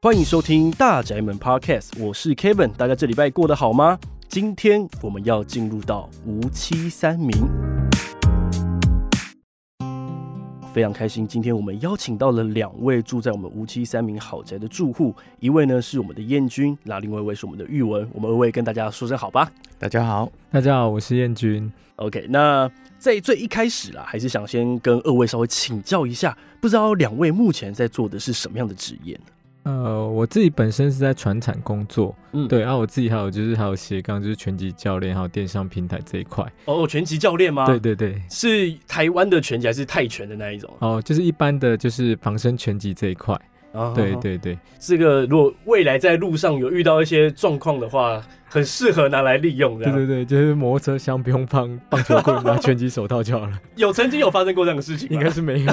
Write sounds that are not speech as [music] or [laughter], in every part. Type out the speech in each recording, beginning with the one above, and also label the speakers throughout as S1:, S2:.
S1: 欢迎收听《大宅门 Podcast》，我是 Kevin，大家这礼拜过得好吗？今天我们要进入到无期三明，非常开心，今天我们邀请到了两位住在我们无期三明豪宅的住户，一位呢是我们的燕君，那另外一位是我们的玉文，我们二位跟大家说声好吧。
S2: 大家好，
S3: 大家好，我是燕君。
S1: OK，那在最一开始啦，还是想先跟二位稍微请教一下，不知道两位目前在做的是什么样的职业呢？
S3: 呃，我自己本身是在船产工作，
S1: 嗯
S3: 对，然、啊后我自己还有就是还有斜杠，就是拳击教练，还有电商平台这一块。
S1: 哦，拳击教练吗？
S3: 对，对对，
S1: 是台湾的拳击还是泰拳的那一种？啊
S3: 哦，就是一般的就是旁身拳击这一块。
S1: 哦
S3: 对，对对，
S1: 这个如果未来在路上有遇到一些状况的话，很适合拿来利用。这
S3: 对
S1: 样
S3: 对对，就是摩托车箱不用放 [laughs] 棒球棍，拿拳击手套就好了。
S1: 有曾经有发生过这样的事情吗？
S3: 应该
S1: [laughs]
S3: 是没有。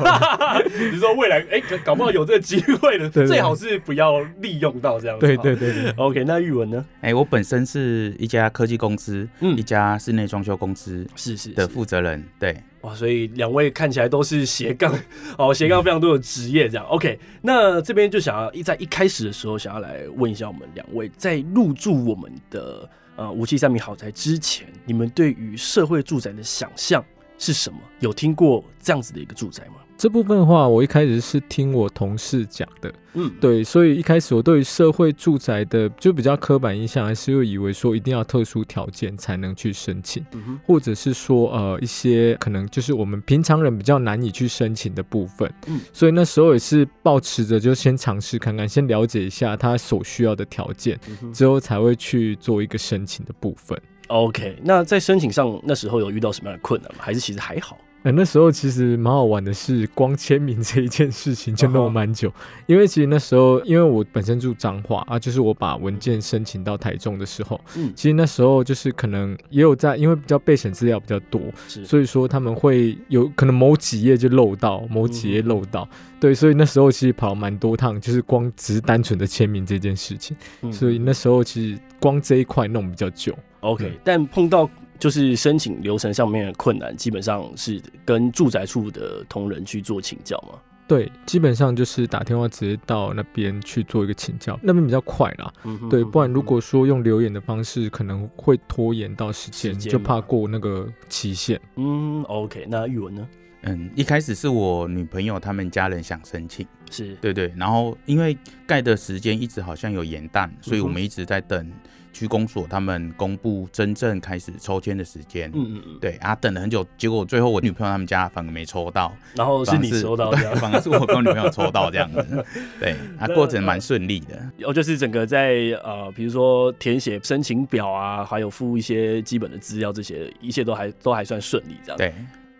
S1: 你说未来哎、搞搞不好有这个机会的，
S3: 对对
S1: 最好是不要利用到这样子。
S3: 对对对对，
S1: ，OK，那玉文呢？
S2: 哎、我本身是一家科技公司，
S1: 嗯
S2: 一家室内装修公司
S1: 是是
S2: 的负责人，对，
S1: 哇，所以两位看起来都是斜杠哦，斜杠非常多的职业这样。OK，那这边就想要一在一开始的时候，想要来问一下我们两位，在入住我们的呃五七三名豪宅之前，你们对于社会住宅的想象是什么？有听过这样子的一个住宅吗？
S3: 这部分的话，我一开始是听我同事讲的，
S1: 嗯，
S3: 对，所以一开始我对于社会住宅的就比较刻板印象，还是会以为说一定要特殊条件才能去申请。
S1: 嗯哼，
S3: 或者是说呃一些可能就是我们平常人比较难以去申请的部分，
S1: 嗯
S3: 所以那时候也是抱持着就先尝试看看，先了解一下他所需要的条件，
S1: 嗯哼。
S3: 之后才会去做一个申请的部分。
S1: OK，那在申请上那时候有遇到什么样的困难吗？还是其实还好？
S3: 呃那那时候其实蛮好玩的是，光签名这一件事情就弄
S1: 哦
S3: 了蛮久，因为其实那时候因为我本身住彰化啊，就是我把文件申请到台中的时候，
S1: 嗯，
S3: 其实那时候就是可能也有在，因为比较备审资料比较多，
S1: 是
S3: 所以说他们会有可能某几页就漏到，某几
S1: 嗯
S3: 页漏到，对，所以那时候其实跑蛮多趟，就是光只是单纯的签名这件事情，
S1: 嗯
S3: 所以那时候其实光这一块弄比较久。
S1: OK，
S3: 嗯
S1: 但碰到就是申请流程上面的困难，基本上是跟住宅处的同仁去做请教嘛。
S3: 对，基本上就是打电话直接到那边去做一个请教，那边比较快啦。
S1: 嗯哼
S3: 对，不然如果说用留言的方式，可能会拖延到时间，
S1: 时间
S3: 就
S1: 嘛
S3: 怕过那个期限。
S1: 嗯，OK，那玉文呢？
S2: 嗯，一开始是我女朋友他们家人想申请，
S1: 是
S2: 对对，然后因为盖的时间一直好像有延宕，所以
S1: 嗯哼
S2: 我们一直在等区公所他们公布真正开始抽签的时间，
S1: 嗯嗯嗯，
S2: 对啊，等了很久，结果最后我女朋友他们家反而没抽到，
S1: 然后哦是
S2: 反而
S1: 你收到这 [laughs]
S2: 对，
S1: 样，
S2: [laughs] 反而是我跟我女朋友抽到这样子，
S1: [laughs]
S2: 对，啊，过程蛮顺利的，
S1: 哦，就是整个在呃，比如说填写申请表啊，还有附一些基本的资料，这些一切都还都还算顺利这样。
S2: 对。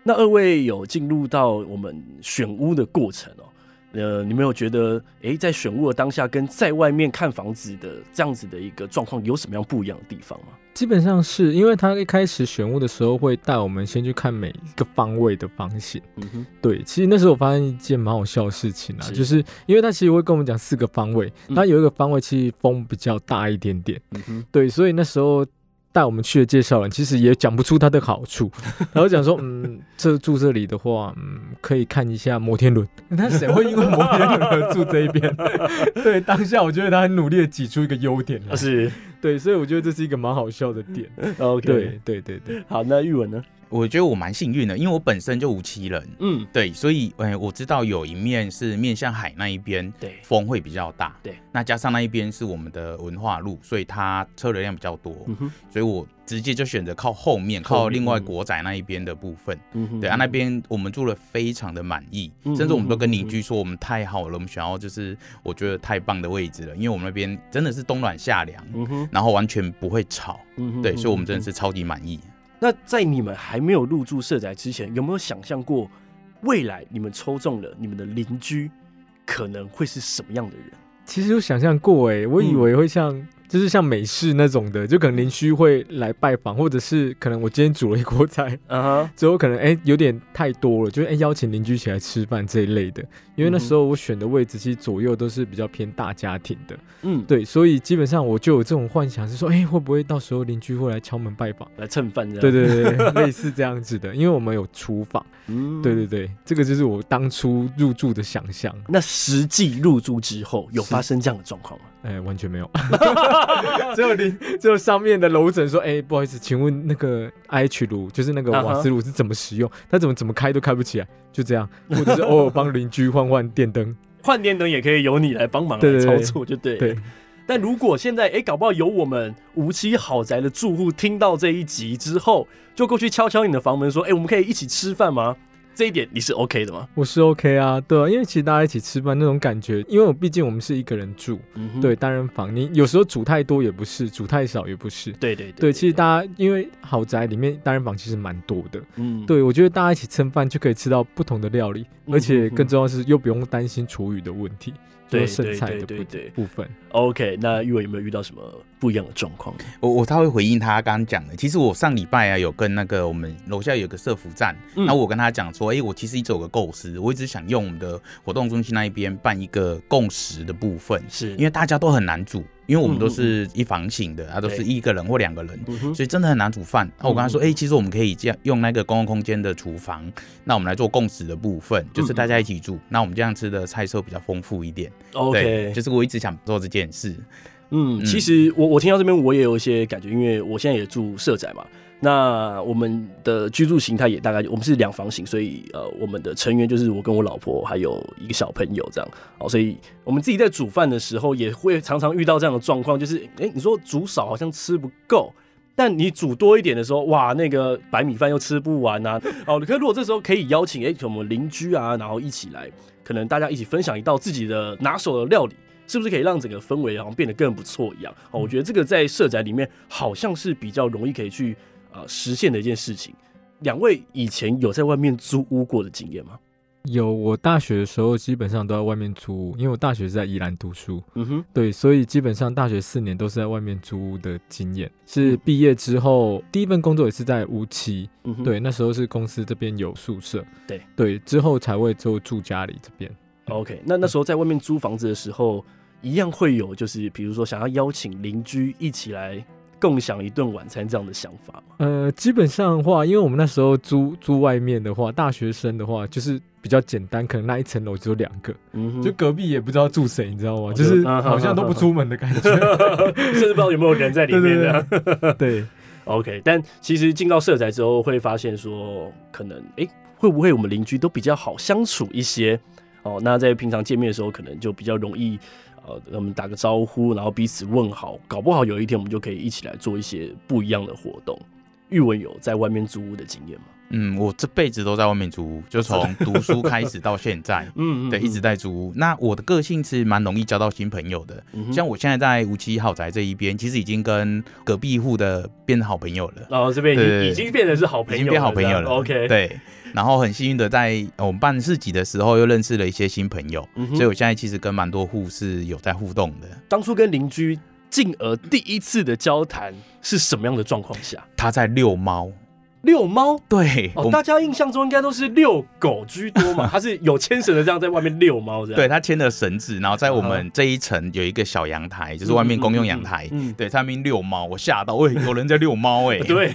S1: 那二位有进入到我们选屋的过程哦，呃，你们有觉得，诶，在选屋的当下跟在外面看房子的这样子的一个状况有什么样不一样的地方吗？
S3: 基本上是因为他一开始选物的时候会带我们先去看每一个方位的房型。
S1: 嗯哼，
S3: 对，其实那时候我发现一件蛮好笑的事情啊，
S1: 是
S3: 就是因为他其实会跟我们讲四个方位，
S1: 嗯
S3: 那有一个方位其实风比较大一点点，
S1: 嗯哼，
S3: 对，所以那时候带我们去的介绍人其实也讲不出他的好处，然后讲说，嗯， [laughs] 这住这里的话，嗯，可以看一下摩天轮，那谁会因为摩天轮而住这一 [laughs] 边？对，当下我觉得他很努力的挤出一个优点来，
S1: 是
S2: [laughs]
S3: 对，所以我觉得这是一个蛮好笑的点，
S1: OK，
S3: 对对对对，
S1: 好，那玉文呢？
S2: 我觉得我蛮幸运的，因为我本身就无期人，
S1: 嗯，
S2: 对，所以呃，我知道有一面是面向海那一边，
S1: 对
S2: 风会比较大，
S1: 对，
S2: 那加上那一边是我们的文化路，所以它车流量比较多，
S1: 嗯哼，
S2: 所以我直接就选择靠后面，
S1: 后面
S2: 靠另外国仔那一边的部分。
S1: 嗯哼
S2: 对啊，那边我们住的非常的满意，
S1: 嗯
S2: 甚至我们都跟邻居说我们太好了，我们想要就是我觉得太棒的位置了，因为我们那边真的是冬暖夏凉，
S1: 嗯哼，
S2: 然后完全不会吵，
S1: 嗯哼
S2: 对，所以我们真
S1: 嗯
S2: 的。
S1: 哼
S2: 是超级满意。
S1: 那在你们还没有入住社宅之前，有没有想象过未来你们抽中了你们的邻居可能会是什么样的人？
S3: 欸其实有想象过诶，我以为会像就是像美式那种的，就可能邻居会来拜访，或者是可能我今天煮了一锅菜， [laughs]
S1: 嗯哼，
S3: 之后可能哎、有点太多了，就是哎、邀请邻居起来吃饭这一类的。因为那时候我选的位置其实左右都是比较偏大家庭的，
S1: 嗯，
S3: 对，所以基本上我就有这种幻想，是说哎、会不会到时候邻居会来敲门拜访？
S1: 来蹭饭这样。
S3: 对，对对，对 [laughs] 类似这样子的，因为我们有厨房。
S1: 嗯
S3: 对对。对，这个就是我当初入住的想象。
S1: 那实际入住之后，有
S3: 是
S1: 发生这样的状况吗？
S3: 哎、完全
S1: [laughs]
S3: 没有，只有零，只有上面的楼层说，哎、不好意思，请问那个 IH 炉，就是那个
S1: 啊哈
S3: 瓦斯炉是怎么使用？它怎么怎么开都开不起来，就这样，或者是偶
S1: [laughs]
S3: 尔帮邻居换换电灯，
S1: 换电灯也可以由你来帮忙
S3: 对
S1: 来
S3: 对
S1: 操
S3: 对
S1: 作，就对了。
S3: 对，
S1: 但如果现在哎、诶搞不好有我们无期豪宅的住户听到这一集之后，就过去敲敲你的房门说：“哎、我们可以一起吃饭吗？”这一点你是 OK 的吗？
S3: 我是 OK 啊，对啊，因为其实大家一起吃饭那种感觉，因为我毕竟我们是一个人住，
S1: 嗯哼
S3: 对，单人房，你有时候煮太多也不是，煮太少也不是，
S1: 对对
S3: 对，其实大家因为豪宅里面单人房其实蛮多的，
S1: 嗯，
S3: 对，我觉得大家一起蹭饭就可以吃到不同的料理，
S1: 嗯
S3: 而且更
S1: 嗯
S3: 重要的是又不用担心厨余的问题，
S1: 对
S3: 就是剩菜
S1: 对
S3: 的
S1: 对
S3: 部
S1: 对对
S3: 部分。
S1: OK。那玉伟有没有遇到什么不一样的状况？
S2: 我我他会回应他刚刚讲的。其实我上礼拜啊有跟那个我们楼下有个社服站，
S1: 嗯
S2: 然后我跟他讲说，哎、我其实一直有个构思，我一直想用我们的活动中心那一边办一个共识的部分，
S1: 是
S2: 因为大家都很难煮，因为我们都
S1: 嗯嗯
S2: 是一房型的，啊都是
S1: 对
S2: 一个人或两个人。
S1: 嗯哼
S2: 所以真的很难煮饭。那我跟他说，
S1: 嗯
S2: 哎、其实我们可以这样用那个公共空间的厨房，那我们来做共识的部分，
S1: 嗯
S2: 就是大家一起煮，那我们这样吃的菜色比较丰富一点。对，
S1: OK，
S2: 就是我一直想做这件事。
S1: 嗯，
S2: 嗯
S1: 其实我我听到这边我也有一些感觉，因为我现在也住社宅嘛。那我们的居住形态也大概，我们是两房型，所以呃，我们的成员就是我跟我老婆还有一个小朋友这样哦，所以我们自己在煮饭的时候也会常常遇到这样的状况，就是诶，你说煮少好像吃不够，但你煮多一点的时候，哇，那个白米饭又吃不完呐、 [laughs] 哦，可是如果这时候可以邀请诶我们邻居啊，然后一起来，可能大家一起分享一道自己的拿手的料理，是不是可以让整个氛围好像变得更不错一样？哦，我觉得这个在社宅里面好像是比较容易可以去呃实现的一件事情。两位以前有在外面租屋过的经验吗？
S3: 有我大学的时候基本上都在外面租屋，因为我大学是在宜兰读书，
S1: 嗯哼，
S3: 对，所以基本上大学四年都是在外面租屋的经验。是毕业之后第一份工作也是在乌期，
S1: 嗯哼，
S3: 对，那时候是公司这边有宿舍，
S1: 对
S3: 对，之后才会就住家里这边。
S1: ，OK。那那时候在外面租房子的时候，一样会有就是比如说想要邀请邻居一起来共享一顿晚餐这样的想法吗？
S3: 呃，基本上的话，因为我们那时候租租外面的话，大学生的话就是比较简单，可能那一层楼只有两个，
S1: 嗯哼，
S3: 就隔壁也不知道住谁，你知道吗？哦
S1: 就
S3: 就
S1: 是啊哈
S3: 好像都不出门的感 [laughs] 觉。
S1: [laughs] 甚至不知道有没有人在里面这样。
S3: 对，
S1: OK，但其实进到社宅之后，会发现说，可能诶，会不会我们邻居都比较好相处一些？哦，那在平常见面的时候，可能就比较容易，呃，我们打个招呼，然后彼此问好，搞不好有一天我们就可以一起来做一些不一样的活动。玉文有在外面租屋的经验吗？
S2: 嗯，我这辈子都在外面租屋，就从读书开始到现在，
S1: [laughs] 嗯
S2: 对，一直在租屋。那我的个性是蛮容易交到新朋友的，
S1: 嗯
S2: 像我现在在五七豪宅这一边，其实已经跟隔壁户的变成好朋友了。
S1: 然后、哦、这边已经
S2: 对对对
S1: 已经变成是好朋
S2: 已
S1: 友，
S2: 经变好朋友了
S1: 这样 OK，，
S2: 对，然后很幸运的在呃我们办市集的时候，又认识了一些新朋友，
S1: 嗯哼
S2: 所以我现在其实跟蛮多户是有在互动的。
S1: 当初跟邻居进而第一次的交谈是什么样的状况下？
S2: 他在遛猫，
S1: 遛猫
S2: 对，
S1: 哦，
S2: 我们
S1: 大家印象中应该都是遛狗居多
S2: [laughs]
S1: 嘛，它是有牵绳的，这样在外面遛猫这样。嗯
S2: 对，他牵了绳子，然后在我们这一层有一个小阳台，就是外面公用阳台，
S1: 嗯嗯嗯嗯
S2: 对，他们遛猫，我吓到，喂，有人在遛猫哎、
S1: [laughs] 对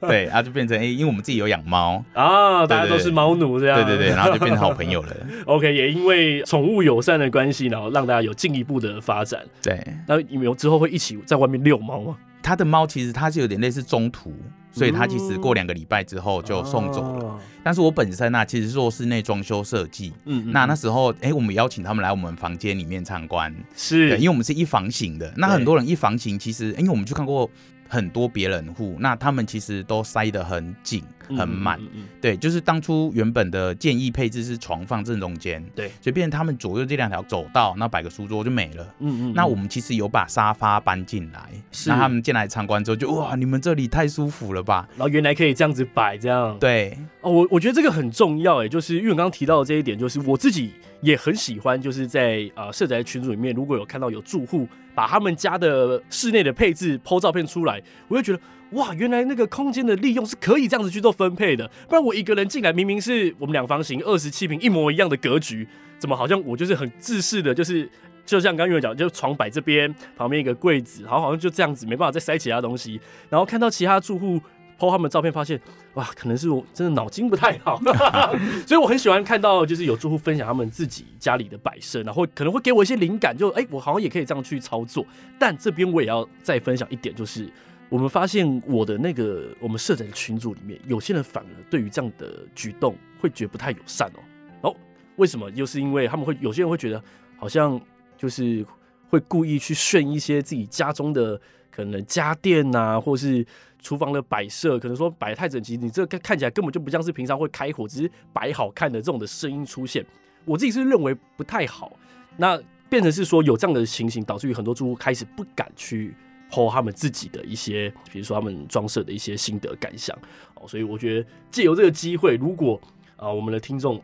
S2: 对，啊，就变成哎、因为我们自己有养猫，
S1: 啊，大家
S2: 对对
S1: 都是猫奴这样。
S2: 对对对，然后就变成好朋友了，
S1: [laughs] OK，也因为宠物友善的关系，然后让大家有进一步的发展。
S2: 对。
S1: 那你们有之后会一起在外面遛猫吗？
S2: 他的猫其实它是有点类似中途，所以它其实过两个礼拜之后就送走了。
S1: 了。
S2: 但是我本身啊，其实做室内装修设计。
S1: 嗯，嗯
S2: 那那时候，哎、我们邀请他们来我们房间里面参观，
S1: 是
S2: 对，因为我们是一房型的。那
S1: 对
S2: 很多人一房型，其实因为我们去看过很多别人户，那他们其实都塞得很紧、
S1: 嗯
S2: 很满。
S1: 嗯嗯嗯
S2: 对，就是当初原本的建议配置是床放正中间，
S1: 对，
S2: 随便他们左右这两条走道，那摆个书桌就没了。
S1: 嗯嗯，
S2: 那我们其实有把沙发搬进来，
S1: 是
S2: 那他们进来参观之后就哇，你们这里太舒服了吧？
S1: 然后原来可以这样子摆这样。
S2: 对，
S1: 欸哦，我我觉得这个很重要哎，就是因为我刚刚提到的这一点，就是我自己也很喜欢，就是在呃社宅群组里面，如果有看到有住户把他们家的室内的配置剖照片出来，我就觉得哇，原来那个空间的利用是可以这样子去做分配的。不然我一个人进来，明明是我们两房型二十七平一模一样的格局，怎么好像我就是很自私的，就是。就像刚刚有讲，就床摆这边旁边一个柜子，然后好像就这样子，没办法再塞其他东西。然后看到其他住户 PO 他们的照片，发现哇，可能是我真的脑筋不太好， [laughs] 所以我很喜欢看到就是有住户分享他们自己家里的摆设，然后可能会给我一些灵感，就哎、我好像也可以这样去操作。但这边我也要再分享一点，就是我们发现我的那个我们社宅的群组里面，有些人反而对于这样的举动会觉得不太友善哦。然后为什么？就是因为他们会有些人会觉得好像就是会故意去炫一些自己家中的可能家电呐、或是厨房的摆设，可能说摆得太整齐，你这个看看起来根本就不像是平常会开火，只是摆好看的这种的声音出现，我自己是认为不太好。那变成是说有这样的情形，导致于很多住户开始不敢去。抛他们自己的一些，比如说他们装设的一些心得感想哦，所以我觉得借由这个机会，如果啊、我们的听众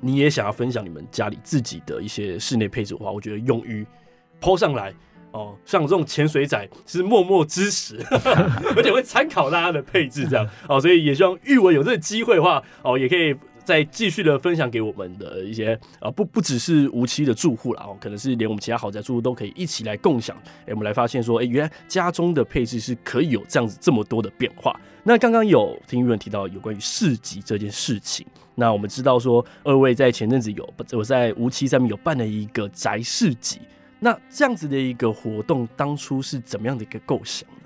S1: 你也想要分享你们家里自己的一些室内配置的话，我觉得勇于抛上来哦。像我这种潜水仔是默默支持， [laughs] 而且会参考大家的配置这样哦，所以也希望玉文有这个机会的话哦，也可以。再继续的分享给我们的一些啊、不不只是无期的住户啦，哦，可能是连我们其他豪宅住户都可以一起来共享。哎、我们来发现说，哎、原来家中的配置是可以有这样子这么多的变化。那刚刚有听玉文提到有关于市集这件事情，那我们知道说，二位在前阵子有我在无期上面有办了一个宅市集，那这样子的一个活动，当初是怎么样的一个构想呢？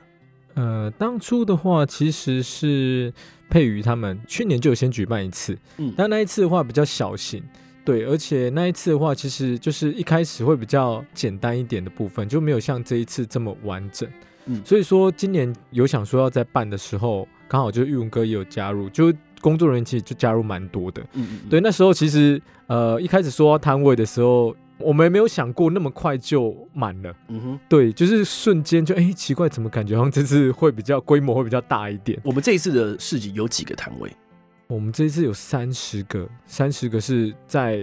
S3: 呃，当初的话其实是佩瑜他们去年就有先举办一次，
S1: 嗯，
S3: 但那一次的话比较小型，对，而且那一次的话其实就是一开始会比较简单一点的部分，就没有像这一次这么完整。
S1: 嗯
S3: 所以说今年有想说要再办的时候，刚好就玉文哥也有加入，就工作人员其实就加入蛮多的。
S1: 嗯嗯嗯
S3: 对，那时候其实呃一开始说要摊位的时候，我们也没有想过那么快就满了。
S1: 嗯哼，
S3: 对，就是瞬间就哎、诶奇怪，怎么感觉好像这次会比较规模会比较大一点？
S1: 我们这一次的市集有几个摊位？
S3: [laughs] 我们这一次有三十个，三十个是在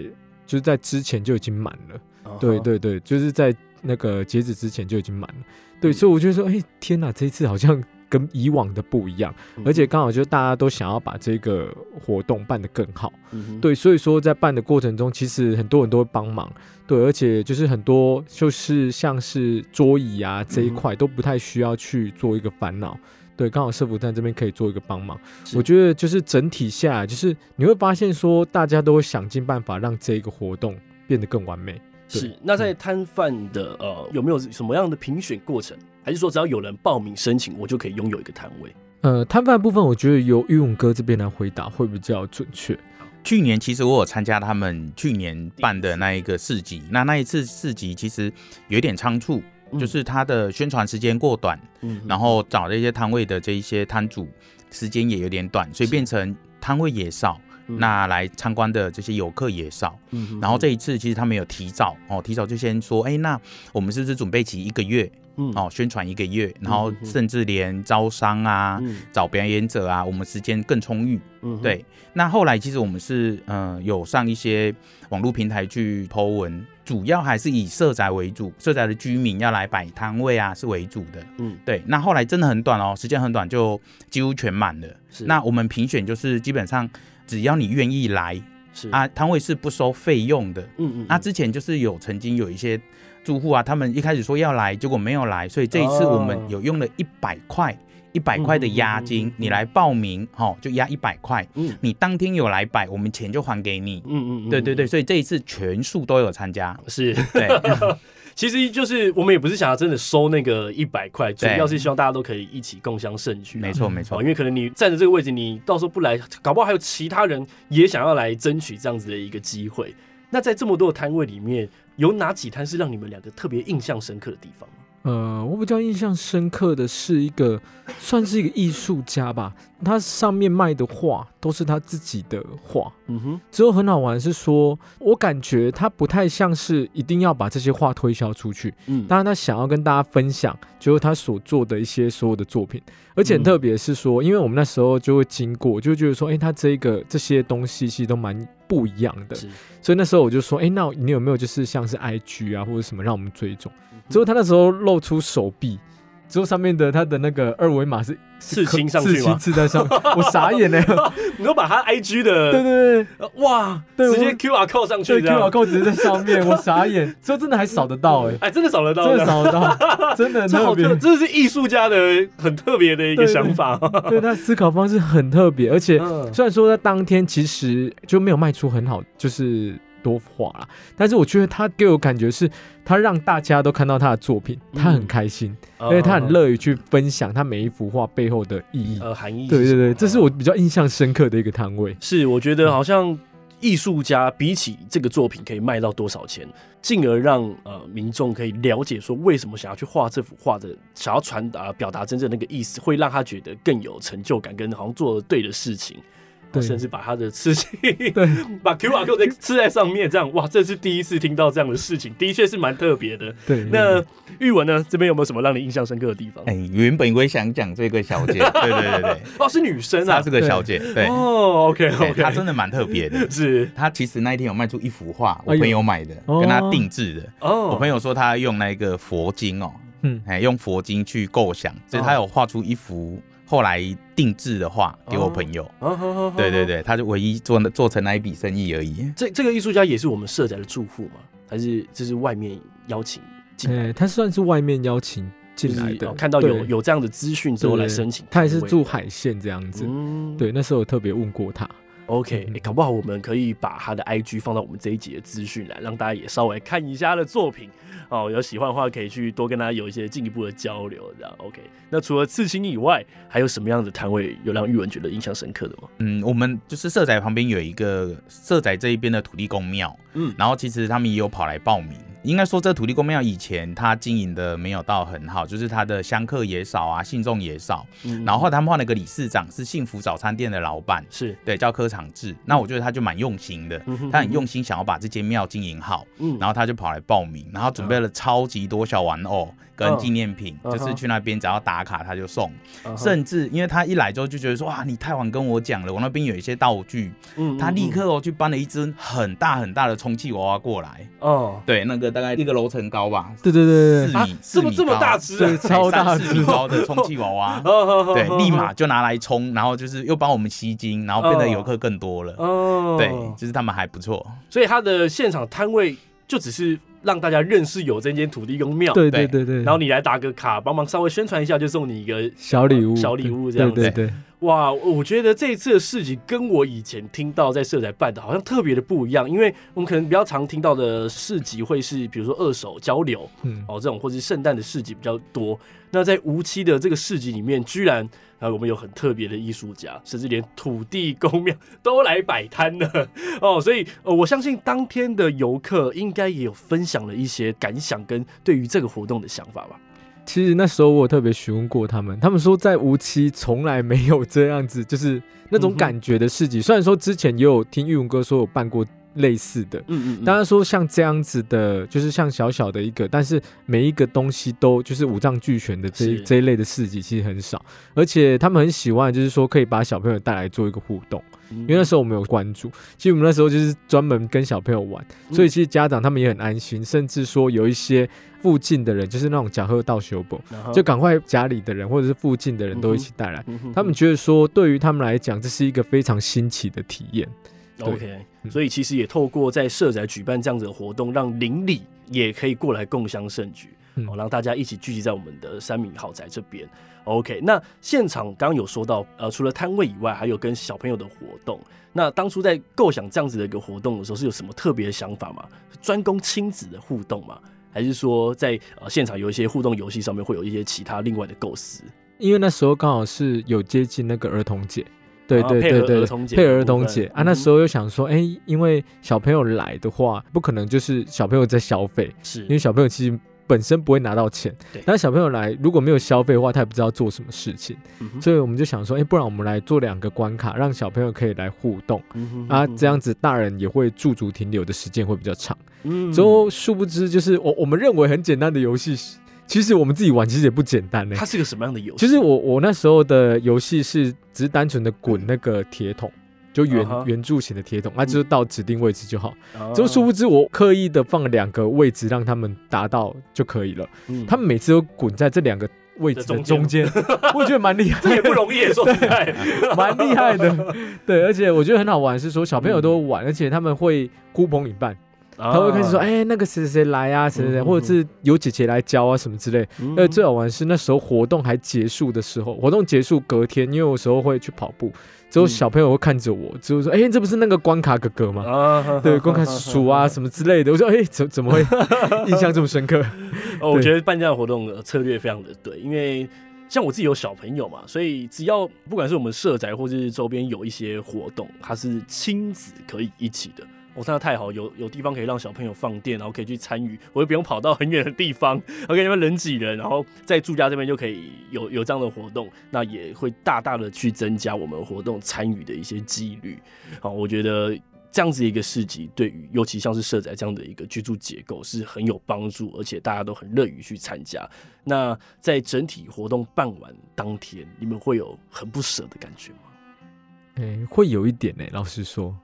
S3: 就是在之前就已经满了。
S1: 啊
S3: 对，对对，就是在那个截止之前就已经满了。对，
S1: 嗯
S3: 所以我就说，哎、天哪，这一次好像跟以往的不一样，
S1: 嗯
S3: 而且刚好就大家都想要把这个活动办得更好。
S1: 嗯，
S3: 对，所以说在办的过程中，其实很多人都会帮忙，对，而且就是很多就是像是桌椅啊这一
S1: 嗯哼
S3: 块、都不太需要去做一个烦恼，对，刚好社福站这边可以做一个帮忙。
S1: 是
S3: 我觉得就是整体下来，就是你会发现说大家都会想尽办法让这个活动变得更完美。
S1: 是。那在摊贩的呃，有没有什么样的评选过程？还是说只要有人报名申请，我就可以拥有一个摊位？
S3: 呃，摊贩部分我觉得由玉勇哥这边来回答会比较准确。
S2: 去年其实我有参加他们去年办的那一个市集，那那一次市集其实有一点仓促，
S1: 嗯
S2: 就是它的宣传时间过短，
S1: 嗯
S2: 然后找了一些摊位的这一些摊主时间也有点短，所以
S1: 是
S2: 变成摊位也少，
S1: 嗯
S2: 那来参观的这些游客也少。然后这一次其实他们有提早哦，提早就先说，哎，那我们是不是准备起一个月
S1: 嗯
S2: 哦，宣传一个月，然后
S1: 嗯嗯嗯
S2: 甚至连招商啊、
S1: 嗯
S2: 找表演者啊，我们时间更充裕。
S1: 嗯，
S2: 对，那后来其实我们是嗯、呃有上一些网络平台去 Po 文，主要还是以社宅为主，社宅的居民要来摆摊位啊是为主的。
S1: 嗯
S2: 对，那后来真的很短哦，时间很短，就几乎全满了。
S1: 是
S2: 那我们评选就是基本上只要你愿意来
S1: 是，
S2: 啊，摊位是不收费用的。
S1: 嗯嗯，
S2: 那之前就是有曾经有一些住户啊，他们一开始说要来，结果没有来，所以这一次
S1: 哦
S2: 我们有用了一百块，一百块的押
S1: 嗯嗯
S2: 金
S1: 嗯，
S2: 你来报名，哦，就押一百块，
S1: 嗯
S2: 你当天有来摆，我们钱就还给你。
S1: 嗯嗯，
S2: 对对对，，所以这一次全数都有参加。
S1: 是。
S2: 对，
S1: [laughs] 其实就是我们也不是想要真的收那个一百块，主
S2: 对
S1: 要是希望大家都可以一起共襄盛举啊、
S2: 没错没
S1: 哦，
S2: 错
S1: 因，为可能你站在这个位置，你到时候不来，搞不好还有其他人也想要来争取这样子的一个机会。那在这么多的摊位里面，有哪几摊是让你们两个特别印象深刻的地方吗？
S3: 呃，我比较印象深刻的是一个，算是一个艺术家吧，他上面卖的画都是他自己的画。
S1: 嗯哼，
S3: 之后很好玩是说，我感觉他不太像是一定要把这些画推销出去，
S1: 嗯，
S3: 当然他想要跟大家分享，就是他所做的一些所有的作品，而且很特别是说，因为我们那时候就会经过，就会觉得说，哎、他这个这些东西其实都蛮不一样的，
S1: 是
S3: 所以那时候我就说，哎、那你有没有就是像是 IG 啊或者什么让我们追踪？之后他那时候露出手臂。之后上面的他的那个二维码是
S1: 刺青上
S3: 刺
S1: 去
S3: 青
S1: 吗？
S3: 刺在上面，我傻眼了。
S1: 你都把他 IG 的
S3: 对对对，
S1: 呃哇，
S3: 对
S1: 直
S3: 我
S1: 接 QR code 上去
S3: 对
S1: 这
S3: QR
S1: 样，
S3: code 直接在上面，我傻眼。之后真的还扫得到哎、
S1: 哎，真的扫得到
S3: 真
S1: 这
S3: 的
S1: 样，
S3: 扫得到，真的很
S1: 这
S3: 特
S1: 好
S3: 别
S1: 特，。这是艺术家的很特别的一个
S3: 对对
S1: 想法。
S3: 对他思考方式很特别，而且
S1: [laughs] 嗯
S3: 虽然说他当天其实就没有卖出很好，就是多画啦，但是我觉得他给我感觉是，他让大家都看到他的作品，他很开心，
S1: 哦
S3: 因为他很乐于去分享他每一幅画背后的意义。
S1: 嗯呃含义。
S3: 对对对，这是我比较印象深刻的一个
S1: [laughs]
S3: 摊位。
S1: 是我觉得好像艺术家比起这个作品可以卖到多少钱，进而让呃民众可以了解说为什么想要去画这幅画的，想要传达呃表达真正那个意思，会让他觉得更有成就感，跟好像做了对的事情。
S3: 对
S1: 甚至把他的刺青， [laughs]
S3: 对，
S1: 把 QR code 刺在上面，这样哇，这是第一次听到这样的事情，的确是蛮特别的。
S3: 对，
S1: 那玉文呢？这边有没有什么让你印象深刻的地方？
S2: 哎、原本我也想讲这个小姐，对对对对，
S1: 哦，是女生啊
S2: 她是，个小姐，对，
S1: 哦，OK
S2: 对
S1: OK，
S2: 她真的蛮特别的。
S1: 是
S2: 她其实那一天有卖出一幅画，
S3: 哎
S2: 我
S3: 呦
S2: 朋友买的，
S3: 哦
S2: 跟她定制的。
S1: 哦，
S2: 我朋友说她用那个佛经哦，
S3: 嗯
S2: 哎，用佛经去构想，所以她有画出一幅后来定制的画给我朋友。
S1: 哦，好好好
S2: 对对对，她就唯一做做成那一笔生意而已。
S1: 这这个艺术家也是我们社宅的住户嘛？还是这是外面邀请进来
S3: 呃，他算是外面邀请进来
S1: 就是
S3: 的，
S1: 哦看到有
S3: 对
S1: 有这样的资讯之后来申请，
S3: 他也是住海线这样子。
S1: 嗯，
S3: 对，那时候有特别问过他，
S1: ，OK，、哎
S3: 嗯
S1: 诶搞不好我们可以把他的 IG 放到我们这一集的资讯栏，让大家也稍微看一下他的作品哦。有喜欢的话，可以去多跟他有一些进一步的交流，这样 OK。那除了刺青以外，还有什么样的摊位有让玉文觉得印象深刻的吗？
S2: 嗯，我们就是社宅旁边有一个社宅这一边的土地公庙，
S1: 嗯
S2: 嗯，然后其实他们也有跑来报名。应该说，这土地公庙以前它经营的没有到很好，就是它的香客也少啊，信众也少。
S1: 嗯
S2: 然后后来他们换了个理事长，是幸福早餐店的老板，
S1: 是，
S2: 对，叫柯长志。那我觉得他就蛮用心的，
S1: 嗯嗯哼
S2: 他很用心想要把这间庙经营好，
S1: 嗯
S2: 然后他就跑来报名，然后准备了超级多小玩偶跟纪念品，
S1: 嗯
S2: 就是去那边只要打卡他就送。
S1: 嗯
S2: 甚至因为他一来之后就觉得说，哇，你太晚跟我讲了，我那边有一些道具，
S1: 嗯
S2: 他立
S1: 嗯
S2: 刻哦去搬了一只很大很大的充气娃娃过来，
S1: 嗯哦，
S2: 对，那个大概一个楼层高吧，
S3: 对对对对
S2: 四
S1: 啊
S2: 米，，
S1: 这
S2: 四
S1: 么
S2: 米
S1: 这么大
S2: 高，
S1: 只啊，，
S3: 对超大
S2: 三四米
S3: 只
S2: 高的充气娃娃
S1: [laughs] 哦
S2: 对， [laughs] 立马就拿来充，然后就是又帮我们吸金，然后变得游客更多了，
S1: [laughs] 哦，
S2: 对，就是他们还不错，
S1: 所以他的现场摊位就只是让大家认识有这间土地公庙，
S3: 对对对
S2: 对
S3: 对对，
S1: 然后你来打个卡，帮忙稍微宣传一下，就送你一个。
S3: 小礼物，
S1: 哦小礼物这
S3: 对
S1: 样子
S3: 对对，
S1: 哇，我觉得这一次的事情跟我以前听到在社宅办的好像特别的不一样，因为我们可能比较常听到的市集会是比如说二手交流
S3: 嗯，
S1: 哦这种，或是圣诞的市集比较多。那在无期的这个市集里面，居然啊我们有很特别的艺术家，甚至连土地公庙 [laughs] 都来摆摊了。哦，所以、呃、我相信当天的游客应该也有分享了一些感想跟对于这个活动的想法吧。
S3: 其实那时候我有特别询问过他们，他们说在无期从来没有这样子，就是那
S1: 嗯
S3: 种
S1: 哼
S3: 感觉的市集。虽然说之前也有听玉文哥说有办过类似的，
S1: 嗯
S3: 当然说像这样子的，就是像小小的一个，但是每一个东西都就是五脏俱全的这一
S1: 是
S3: 这一类的市集其实很少，而且他们很喜欢，就是说可以把小朋友带来做一个互动。
S1: 嗯
S3: 因为那时候我们有关注，其实我们那时候就是专门跟小朋友玩，
S1: 嗯
S3: 所以其实家长他们也很安心，甚至说有一些附近的人，就是那种假贺道修补，
S1: 候
S3: 就赶快家里的人或者是附近的人
S1: 嗯
S3: 都一起带来。他们
S1: 就
S3: 觉得说，对于他们来讲，这是一个非常新奇的体验。对
S1: OK，所以其实也透过在社宅举办这样子的活动，让邻里也可以过来共襄盛举。
S3: 嗯
S1: 哦，让大家一起聚集在我们的三明豪宅这边。OK，那现场刚刚有说到，呃，除了摊位以外，还有跟小朋友的活动。那当初在构想这样子的一个活动的时候，是有什么特别的想法吗？专攻亲子的互动吗？还是说在呃现场有一些互动游戏上面会有一些其他另外的构思？
S3: 因为那时候刚好是有接近那个儿童节，对
S1: 啊
S3: 对
S1: 配
S3: 对
S1: 合
S3: 对，
S1: 儿童节
S3: 配
S1: 的
S3: 合儿
S1: 部
S3: 童
S1: 分
S3: 节啊，
S1: 嗯
S3: 那时候又想说，哎、因为小朋友来的话，不可能就是小朋友在消费，
S1: 是
S3: 因为小朋友其实本身不会拿到钱
S1: 对，
S3: 但小朋友来如果没有消费的话，他也不知道做什么事情，
S1: 嗯哼
S3: 所以我们就想说，哎、不然我们来做两个关卡，让小朋友可以来互动
S1: 嗯哼
S3: 啊，这样子大人也会驻足停留的时间会比较长。
S1: 嗯
S3: 之后殊不知，就是我我们认为很简单的游戏，其实我们自己玩其实也不简单呢、
S1: 它是个什么样的游戏？
S3: 其实我我那时候的游戏是只是单纯的滚那个铁桶，就圆
S1: 啊哈
S3: 圆柱形的铁桶，那、就是到指定位置就好。
S1: 啊
S3: 之后殊不知我刻意的放两个位置让他们达到就可以了，
S1: 嗯
S3: 他们每次都滚在这两个位置的中间， [laughs] 我觉得蛮厉害，
S1: [laughs] 这也不容易，说实在，
S3: 蛮厉害的。
S1: [laughs]
S3: 对，而且我觉得很好玩，是说小
S1: 嗯
S3: 朋友都玩，而且他们会呼朋引伴， [laughs] 他
S1: 他
S3: 会开始说，哎、那个谁谁谁来啊，谁谁谁，
S1: 啊嗯嗯
S3: 或者是有姐姐来教啊什么之类。呃，
S1: 这
S3: 最好玩是那时候活动还结束的时候，活动结束隔天，因为我有时候会去跑步，之后
S1: 嗯
S3: 小朋友会看着我，之后说：“哎、这不是那个关卡哥哥吗？”
S1: 啊
S3: 对，关卡鼠 [laughs] 啊，什么之类的。我说：“哎、怎怎么 [laughs] 会印象这么深刻
S1: 哦，我
S3: 对
S1: 觉得办这样的活动的策略非常的对，因为像我自己有小朋友嘛，所以只要不管是我们社宅或是周边有一些活动，它是亲子可以一起的。哦，那太好，有有地方可以让小朋友放电，然后可以去参与，我又不用跑到很远的地方，OK，因为 [laughs] 人挤人，然后在住家这边就可以有有这样的活动，那也会大大的去增加我们活动参与的一些几率。好，我觉得这样子一个市集，对于尤其像是社宅这样的一个居住结构是很有帮助，而且大家都很乐于去参加。那在整体活动办完当天，你们会有很不舍的感觉吗？？”
S3: 哎、会有一点呢、老实说，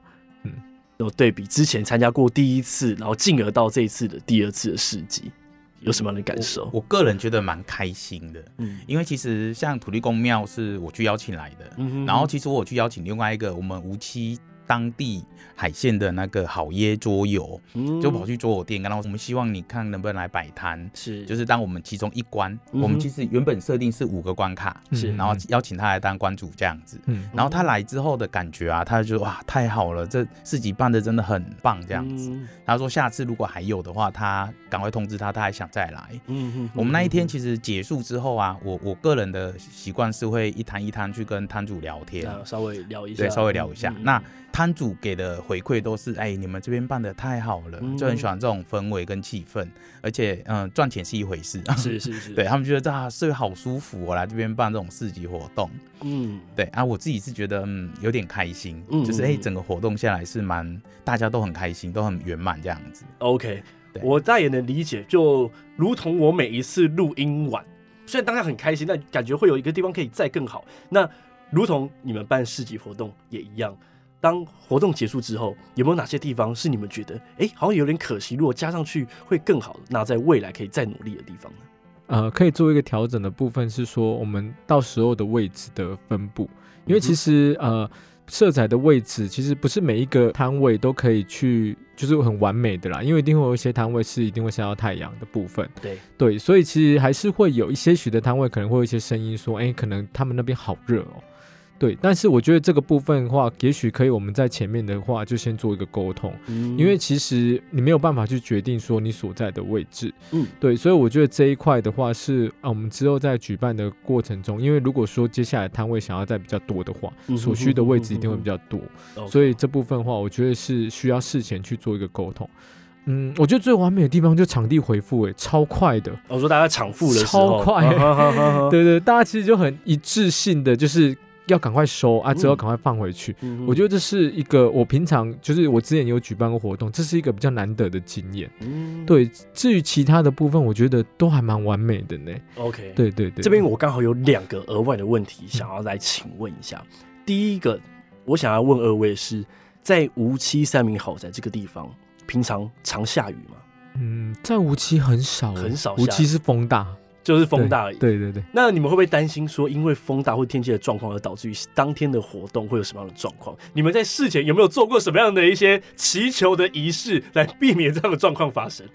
S1: 有对比之前参加过第一次，然后进而到这一次的第二次的市集，有什么样的感受？
S2: 我个人觉得蛮开心的，
S1: 嗯
S2: 因为其实像土地公庙是我去邀请来的，
S1: 嗯哼
S2: 然后其实我有去邀请另外一个我们无锡当地海鲜的那个好耶桌游，
S1: 嗯
S2: 就跑去桌游店，然后我们希望你看能不能来摆摊。
S1: 嗯是
S2: 就是是当我们其中一关，
S1: 嗯哼
S2: 我们其实原本设定是五个关卡，
S1: 是
S3: 嗯
S2: 然后邀请他来当关主这样子。
S3: 嗯，
S2: 然后他来之后的感觉啊，他就哇太好了，这市集办的真的很棒这样子。
S1: 嗯
S2: 他说下次如果还有的话，他赶快通知他，他还想再来。
S1: 嗯哼
S2: 我们那一天其实结束之后啊，我我个人的习惯是会一摊一摊去跟摊主聊天，
S1: 啊稍微聊一下，
S2: 对，稍微聊一下。
S1: 嗯嗯
S2: 那摊主给的回馈都是，哎，你们这边办的太好了，
S1: 嗯
S2: 就很喜欢这种氛围跟气氛，而且嗯，赚钱是一回事， [laughs]
S1: 是是是，
S2: 对，他们觉得啊，是好舒服、哦，我来这边办这种市集活动，
S1: 嗯
S2: 对啊，我自己是觉得嗯有点开心，
S1: 嗯
S2: 就是
S1: 嗯
S2: 哎
S1: 嗯
S2: 整个活动下来是蛮大家都很开心，都很圆满这样子，
S1: OK，
S2: 对
S1: 我大也能理解，就如同我每一次录音完，虽然当下很开心，但感觉会有一个地方可以再更好。那如同你们办市集活动也一样，当活动结束之后，有没有哪些地方是你们觉得，哎、好像有点可惜，如果加上去会更好，那在未来可以再努力的地方呢？
S3: 呃，可以做一个调整的部分是说，我们到时候的位置的分布，因为其实呃，色彩的位置其实不是每一个摊位都可以去，就是很完美的啦，因为一定会有一些摊位是一定会晒到太阳的部分，
S1: 对，
S3: 对，所以其实还是会有一些许的摊位可能会有一些声音说，哎，可能他们那边好热哦。对，但是我觉得这个部分的话，也许可以我们在前面的话就先做一个沟通，
S1: 嗯
S3: 因为其实你没有办法去决定说你所在的位置，
S1: 嗯
S3: 对，所以我觉得这一块的话是啊，我们之后在举办的过程中，因为如果说接下来摊位想要再比较多的话，
S1: 嗯哼嗯
S3: 所需的位置一定会比较多，
S1: OK
S3: 所以这部分的话，我觉得是需要事前去做一个沟通。嗯，我觉得最完美的地方就场地回复，哎，超快的，
S1: 我说大家场复的时候，嗯
S3: 超快
S1: 对，
S3: 对对，大家其实就很一致性的，就是要赶快收啊，
S1: 嗯
S3: 之后赶快放回去。我觉
S1: 得
S3: 得这是一个我平常就是我之前有举办过活动，这是一个比较难得的经验。
S1: 嗯
S3: 对，至于其他的部分，我觉得都还蛮完美的呢。
S1: OK，
S3: 对对嗯对，
S1: 这边我刚好有两个额外的问题想要来请问一下。第一个，我想要问二位是在无期三明豪宅这个地方，平常常下雨吗？
S3: 嗯，在无期很少欸，
S1: 很少
S3: 无
S1: 下
S3: 期是风大，
S1: 就是风大而已。
S3: 对对对，
S1: 那你们会不会担心说，因为风大或天气的状况而导致于当天的活动会有什么样的状况？你们在事前有没有做过什么样的一些祈求的仪式来避免这样的状况发生？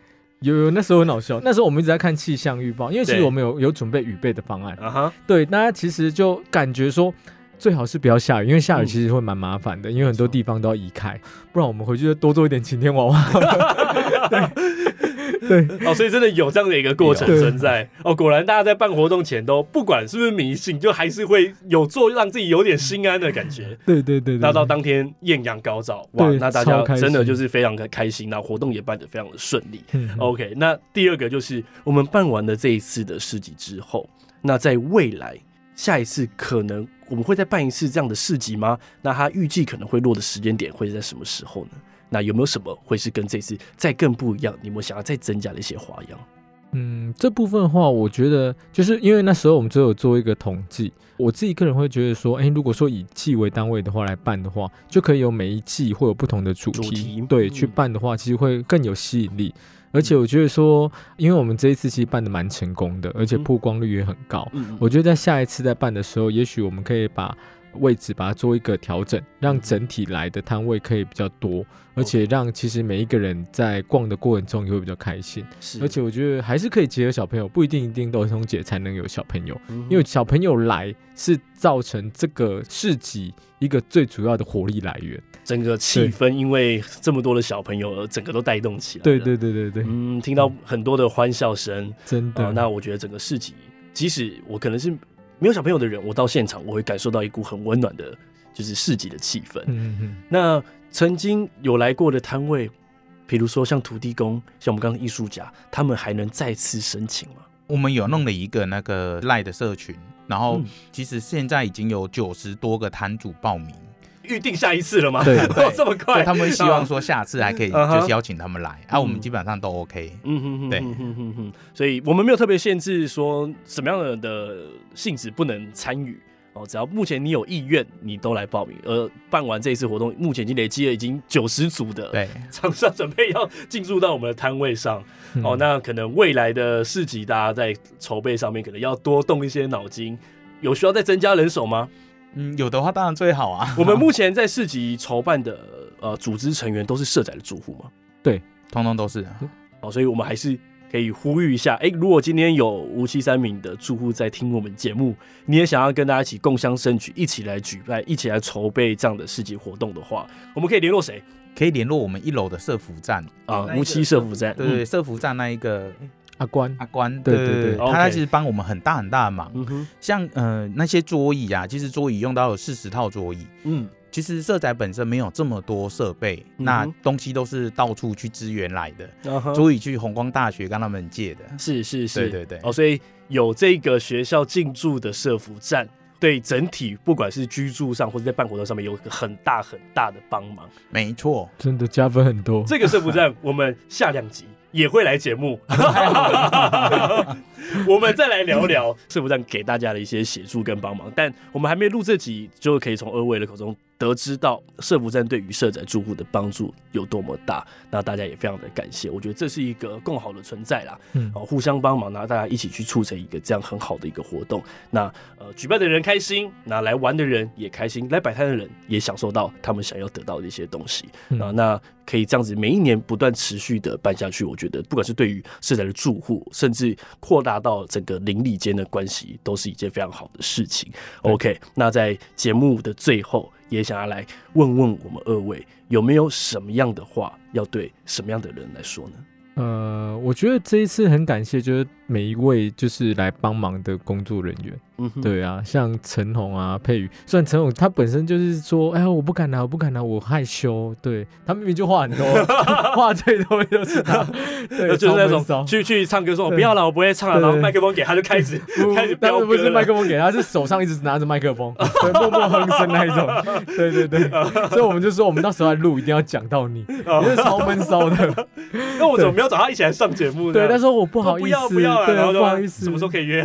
S3: 有有那时候很好笑，那时候我们一直在看气象预报，因为其实
S1: 对
S3: 我们有有准备雨备的方案，
S1: 啊哈，
S3: 对，那其实就感觉说。最好是不要下雨，因为下雨其实会蛮麻烦的，因为很
S1: 嗯
S3: 多
S1: 没错
S3: 地方都要移开，不然我们回去就多做一点晴天娃娃。对，
S1: 哦，所以真的有这样的一个过程
S3: 有
S1: 存在。哦，果然大家在办活动前都不管是不是迷信，就还是会有做让自己有点心安的感觉。
S3: [laughs] 对对对对，
S1: 那到
S3: 对
S1: 当天艳阳高照，哇，
S3: 嗯对
S1: 那大
S3: 超
S1: 家
S3: 开心
S1: 真的就是非常的开心，那活动也办得非常的顺利。
S3: 嗯
S1: OK，那第二个就是我们办完了这一次的市集之后，那在未来下一次可能我们会再办一次这样的市集吗？那它预计可能会落的时间点会在什么时候呢？那有没有什么会是跟这次再更不一样？你们想要再增加的一些花样？
S3: 嗯，这部分的话，我觉得就是因为那时候我们只有做一个统计，我自己个人会觉得说，哎，如果说以季为单位的话来办的话，就可以有每一季会有不同的主题，
S1: 主题
S3: 对，
S1: 嗯
S3: 去办的话，其实会更有吸引力。而且我觉得说，因为我们这一次其实办的蛮成功的，而且
S1: 嗯
S3: 曝光率也很高，
S1: 嗯，
S3: 我觉得在下一次再办的时候，也许我们可以把位置把它做一个调整，
S1: 嗯
S3: 让整体来的摊位可以比较多，而且让其实每一个人在逛的过程中也会比较开心。
S1: 是，
S3: 而且我觉得还是可以结合小朋友，不一定一定都儿童节才能有小朋友，
S1: 嗯
S3: 因为小朋友来是造成这个市集一个最主要的活力来源。
S1: 整个气氛因为这么多的小朋友而整个都带动起来。
S3: 对。对对对对，
S1: 嗯，听到很多的欢笑声
S3: 真
S1: 啊、
S3: 的。
S1: 那我觉得整个市集，即使我可能是没有小朋友的人，我到现场我会感受到一股很温暖的，就是市集的气氛。
S3: 嗯嗯
S1: 那曾经有来过的摊位，比如说像土地公，像我们刚刚的艺术家，他们还能再次申请吗？
S2: 我们有弄了一个那个赖的社群，然后
S1: 嗯
S2: 其实现在已经有九十多个摊主报名，
S1: 预定下一次了吗？
S3: 对
S1: [laughs] 哇这么
S2: 所
S1: 快，
S2: 以他们会希望说下次还可以
S1: 哎嗯哼
S2: 就是邀请他们来，啊，我
S1: 嗯
S2: 们基本上都 OK。
S1: 嗯哼哼，
S2: 对
S1: 嗯哼哼哼，所以我们没有特别限制说什么样的的性质不能参与哦，只要目前你有意愿，你都来报名。而办完这一次活动，目前已经累积了已经九十组的
S2: 对，
S1: 厂商准备要进驻到我们的摊位上、
S3: 嗯
S1: 哦，那可能未来的市集大家在筹备上面可能要多动一些脑筋。有需要再增加人手吗？
S2: 嗯，有的话当然最好啊。
S1: 我们目前在市集筹办的呃组织成员都是社宅的住户吗？
S2: 通通都是，
S1: 哦，所以我们还是可以呼吁一下，哎、如果今天有无期三名的住户在听我们节目，你也想要跟大家一起共襄盛举，一起来举办，一起来筹备这样的市集活动的话，我们可以联络谁
S2: 可以联络我们一楼的社服站，
S1: 啊
S2: 那？
S1: 无嗯
S2: 一个
S1: 期社服站，
S2: 对对，社服站那一个
S3: 阿关，
S2: 阿关，
S3: 对对对
S2: 他
S1: OK
S2: 他其实帮我们很大很大的忙，
S1: 嗯哼，
S2: 像呃那些桌椅啊，其实桌椅用到有四十套桌椅，
S1: 嗯，
S2: 其实社宅本身没有这么多设备，
S1: 哼
S2: 那东西都是到处去支援来的，
S1: 啊哈
S2: 所以去红光大学跟他们借的。
S1: 是是是，
S2: 嗯对对对
S1: 哦，所以有这个学校进驻的社服站。对整体，不管是居住上或者在办活动上面，有一个很大很大的帮忙。
S2: 没错，
S3: 真的加分很多。
S1: 这个社服站，我们下两集也会来节目，我们再来聊聊社服站给大家的一些协助跟帮忙。但我们还没录这集，就可以从二位的口中得知到社服站对于社宅住户的帮助有多么大。那大家也非常的感谢，我觉得这是一个更好的存在啦。
S3: 嗯
S1: 哦，互相帮忙，然后大家一起去促成一个这样很好的一个活动。那呃，举办的人开心，那来玩的人也开心，来摆摊的人也享受到他们想要得到的一些东西。
S3: 嗯
S1: 啊，那可以这样子每一年不断持续的办下去，我觉得不管是对于社宅的住户，甚至扩大到整个邻里间的关系，都是一件非常好的事情。OK，那在节目的最后，也想要来问问我们二位有没有什么样的话要对什么样的人来说呢？
S3: 呃，我觉得这一次很感谢，就是每一位就是来帮忙的工作人员。
S1: 嗯哼，
S3: 对啊，像陈红啊、佩宇，虽然陈红他本身就是说，哎呀，我不敢拿，我不敢拿，我害羞。对他明明就话很多，
S1: [laughs]
S3: 话最多就是他，对，
S1: 就是那
S3: 超闷骚
S1: 种去去唱歌说
S3: 对
S1: 不要了，我不会唱了，
S3: 对
S1: 然后麦克风给他就开始
S3: [laughs] 不
S1: 开始
S3: 但
S1: 飙
S3: 是不
S1: 歌
S3: 是麦
S1: 了。
S3: 克风给他，是手上一直拿着麦
S1: [laughs]
S3: 克风，对，默默哼声那一种。对对对，所以我们就说，我们到时候来录一定要讲到你，
S1: 哦
S3: 你是超闷
S1: [laughs]
S3: 骚的。
S1: 那我怎么没有找他一起来上节目呢？
S3: 对，他说我不
S1: 不
S3: 好意
S1: 不
S3: 思，
S1: 要哦不要了，啊然后就
S3: 对，不好意思，
S1: 什么时候可以约？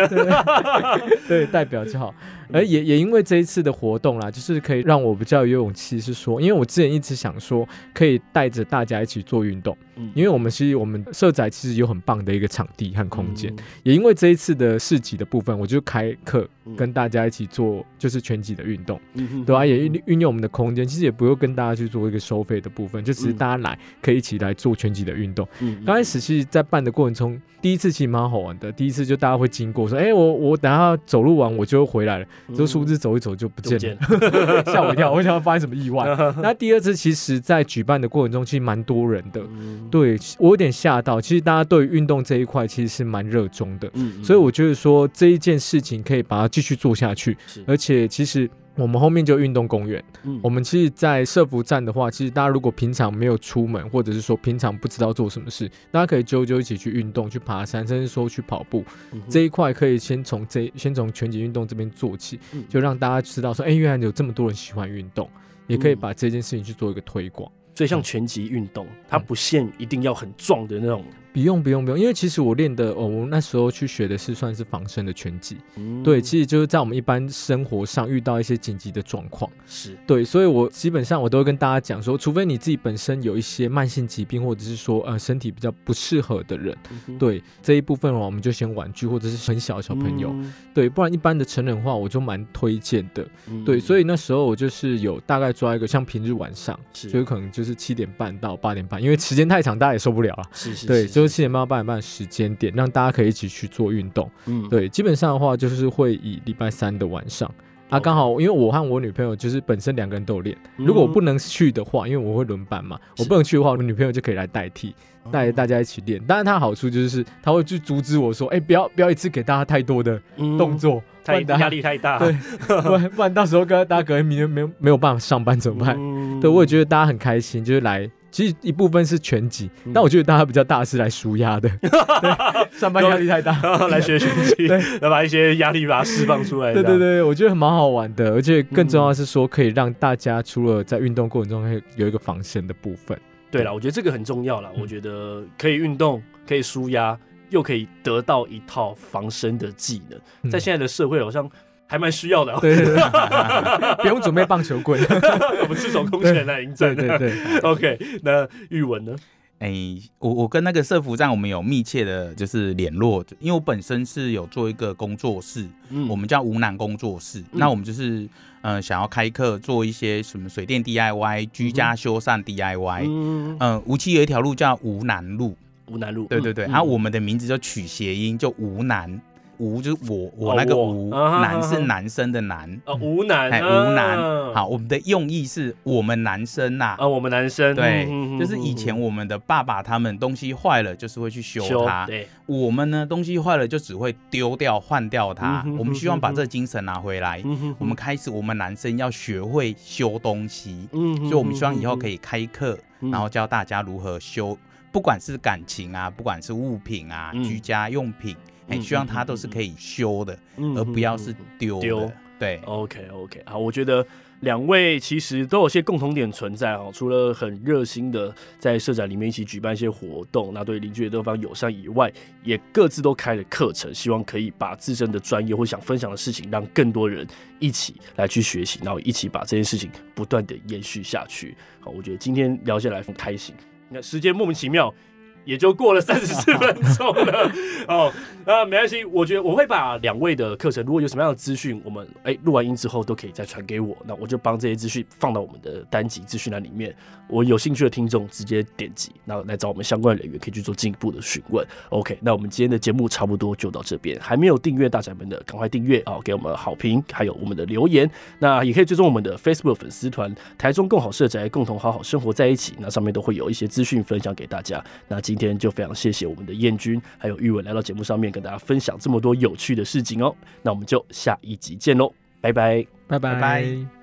S3: [laughs] 对，代表就好。而也也因为这一次的活动啦，就是可以让我比较有勇气，是说，因为我之前一直想说，可以带着大家一起做运动，
S1: 嗯
S3: 因为我们是我们社宅其实有很棒的一个场地和空间。
S1: 嗯
S3: 也因为这一次的市集的部分，我就开课
S1: 嗯
S3: 跟大家一起做就是拳击的运动，
S1: 嗯哼
S3: 对啊，也运运用我们的空间，其实也不用跟大家去做一个收费的部分，就只是
S1: 嗯
S3: 大家来可以一起来做拳击的运动。
S1: 嗯
S3: 刚开始其实，在办的过程中，第一次其实蛮好玩的。第一次就大家会经过说：“哎、我我等下走路完我就会回来了。”就殊不知走一走就不
S1: 嗯就不
S3: 见
S1: 见
S3: [laughs] 了，
S1: 了，嗯
S3: 吓我一跳，我想要发生什么意外。那第二次其实，在举办的过程中，其实蛮多人的，
S1: 嗯，
S3: 对我有点吓到。其实大家对于运动这一块其实是蛮热衷的，
S1: 嗯
S3: 所以我觉得说这一件事情可以把它继续做下去，
S1: 是
S3: 而且其实。我们后面就运动公园。
S1: 嗯
S3: 呃我们其实，在社服站的话，其实大家如果平常没有出门，或者是说平常不知道做什么事，大家可以揪揪一起去运动、去爬山，甚至说去跑步。
S1: 嗯哼
S3: 这一块可以先从这先从拳击运动这边做起，
S1: 嗯
S3: 就让大家知道说，哎、原来有这么多人喜欢运动，也可以
S1: 嗯
S3: 把这件事情去做一个推广。
S1: 所以像拳击运动，它不限一定要很壮的那种，
S3: 不用不用不用，因为其实我练的，哦，我那时候去学的是算是防身的拳击，
S1: 嗯
S3: 对，其实就是在我们一般生活上遇到一些紧急的状况，
S1: 是
S3: 对，所以我基本上我都会跟大家讲说，除非你自己本身有一些慢性疾病，或者是说呃身体比较不适合的人，
S1: 嗯哼
S3: 对这一部分的话，我们就先婉拒，或者是很小的小朋友，
S1: 嗯
S3: 对，不然一般的成人的话，我就蛮推荐的。
S1: 嗯
S3: 对，所以那时候我就是有大概抓一个，像平日晚上，
S1: 是
S3: 就有可能就是七点半到八点半，因为时间太长，大家也受不了了。
S1: 是是
S3: 对，就是是七点半到八点半的时间点，让大家可以一起去做运动。
S1: 嗯哦
S3: 对，基本上的话就是会以礼拜三的晚上啊，
S1: OK
S3: 刚好因为我和我女朋友就是本身两个人都有练，如果我不能去的话，因为我会轮班嘛，
S1: 嗯是哦
S3: 我不能去的话，我女朋友就可以来代替，带大家一起练。但是它好处就是她会去阻止我说，哎，不要不要一次给大家太多的动，作，
S1: 嗯
S3: 不
S1: 太
S3: 然大家
S1: 压力太大，嗯
S3: 对， [laughs] 不然不然到时候跟大家隔天明天没有没有办法上班怎么办？
S1: 嗯
S3: 对，我也觉得大家很开心，就是来。其实一部分是拳击，
S1: 嗯
S3: 但我觉得大家比较大是来舒
S1: [laughs]
S3: 压的，对上班压力太大。
S1: 来学拳击，
S3: 对
S1: 来把一些压力把它释放出来。
S3: 对
S1: 这样
S3: 对，对，我觉得蛮好玩的，而且更
S1: 嗯
S3: 重要的是说，可以让大家除了在运动过程中，可以有一个防身的部分。
S1: 对了，我觉得这个很重要了。
S3: 嗯
S1: 我觉得可以运动，可以舒压，又可以得到一套防身的技能，
S3: 嗯
S1: 在现在的社会好像还蛮需要的哦。
S3: 对对对，不用准备棒球棍。
S1: [laughs]
S3: [laughs]
S1: 我们赤手空拳来迎
S3: 对
S1: 战。
S3: 对对，
S1: [laughs] OK，那玉文呢？
S2: 哎、我我跟那个社服站我们有密切的就是联络，因为我本身是有做一个工作室，
S1: 嗯
S2: 我们叫吴南工作室。那我们就是呃想要开课做一些什么水电 DIY、居家修缮 DIY。嗯
S1: 嗯
S2: 无锡有一条路叫吴南路，
S1: 吴南路，
S2: 对对对，
S1: 嗯
S2: 啊，
S1: 嗯
S2: 我们的名字就取谐音，就吴南，吴就是我，我
S1: 哦
S2: 那个
S1: 我
S2: 吴，
S1: 啊哈
S2: 男
S1: 哈
S2: 是
S1: 哈
S2: 男生的男，
S1: 啊吴南，
S2: 哎，
S1: 啊
S2: 吴南，好，我们的用意是我们男生呐、
S1: 啊，我们男生
S2: 对
S1: 嗯嗯嗯，
S2: 就是以前我们的爸爸他们东西坏了，就是会
S1: 嗯
S2: 去
S1: 嗯
S2: 修它；
S1: 对，
S2: 我们呢，东西坏了就只会丢掉、换掉它
S1: 嗯。哼
S2: 我们希望把
S1: 嗯哼
S2: 这精神拿回来。
S1: 嗯哼
S2: 我们开始，我们男生要学会修东西，
S1: 嗯，
S2: 所以我们希望以后可
S1: 以，
S2: 以开课，
S1: 嗯
S2: 然后教大家如何修，不管是感情啊，不管是物品啊、
S1: 嗯
S2: 居家用品，哎，
S1: 嗯
S2: 希望它都是可以修的，
S1: 嗯
S2: 而不要是。
S1: 嗯嗯嗯
S2: 丢
S1: 丢
S2: 的。对，
S1: OK OK，好，我觉得两位其实都有些共同点存在哦，除了很热心的在社展里面一起举办一些活动，那对邻居的对方友善以外，也各自都开了课程，希望可以把自身的专业或想分享的事情，让更多人一起来去学习，然后一起把这件事情不断的延续下去。好，我觉得今天聊下来很开心，那时间莫名其妙。也就过了三十四分钟了 [laughs] 哦，那没关系，我觉得我会把两位的课程，如果有什么样的资讯，我们哎录、完音之后都可以再传给我，那我就帮这些资讯放到我们的单集资讯栏里面，我有兴趣的听众直接点击，那来找我们相关的人员可以去做进一步的询问。OK，那我们今天的节目差不多就到这边，还没有订阅大宅门的，赶快订阅啊，给我们好评，还有我们的留言，那也可以追踪我们的 Facebook 粉丝团“台中共好社宅”，共同好好生活在一起。那上面都会有一些资讯分享给大家。那今天就非常谢谢我们的燕君还有玉文来到节目上面跟大家分享这么多有趣的事情哦。那我们就下一集见喽，拜拜。
S3: 拜
S2: 拜
S3: 拜
S2: 拜